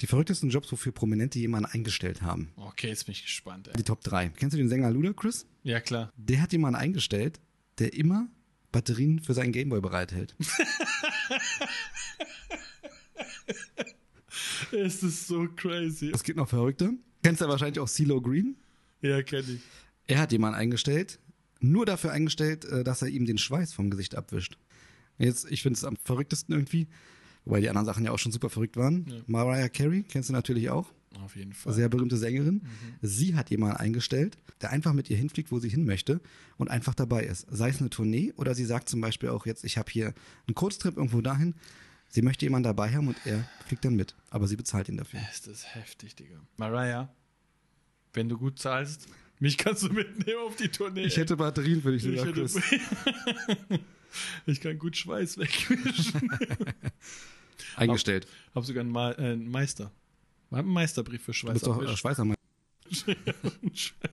Die verrücktesten Jobs, wofür Prominente jemanden eingestellt haben. Okay, jetzt bin ich gespannt. Ey. Die Top 3. Kennst du den Sänger Ludacris? Ja, klar. Der hat jemanden eingestellt, der immer Batterien für seinen Gameboy bereithält. Es ist so crazy. Es gibt noch Verrückte. Kennst du wahrscheinlich auch CeeLo Green? Ja, kenn ich. Er hat jemanden eingestellt, nur dafür eingestellt, äh, dass er ihm den Schweiß vom Gesicht abwischt. Jetzt, ich finde es am verrücktesten irgendwie, wobei die anderen Sachen ja auch schon super verrückt waren. Ja. Mariah Carey, kennst du natürlich auch, Auf jeden Fall. sehr berühmte Sängerin. Mhm. Sie hat jemanden eingestellt, der einfach mit ihr hinfliegt, wo sie hin möchte und einfach dabei ist. Sei es eine Tournee oder sie sagt zum Beispiel auch jetzt, ich habe hier einen Kurztrip irgendwo dahin. Sie möchte jemanden dabei haben und er fliegt dann mit, aber sie bezahlt ihn dafür. Ist das heftig, Digga. Mariah, wenn du gut zahlst, mich kannst du mitnehmen auf die Tournee. Ich hätte Batterien für dich, Ich lieber hätte- Chris. ich kann gut Schweiß wegwischen. Eingestellt. Hab sogar einen, Ma äh, einen Meister. Hab einen Meisterbrief für Du Schweiß. bist doch äh, Schweizer Meister. abwischen.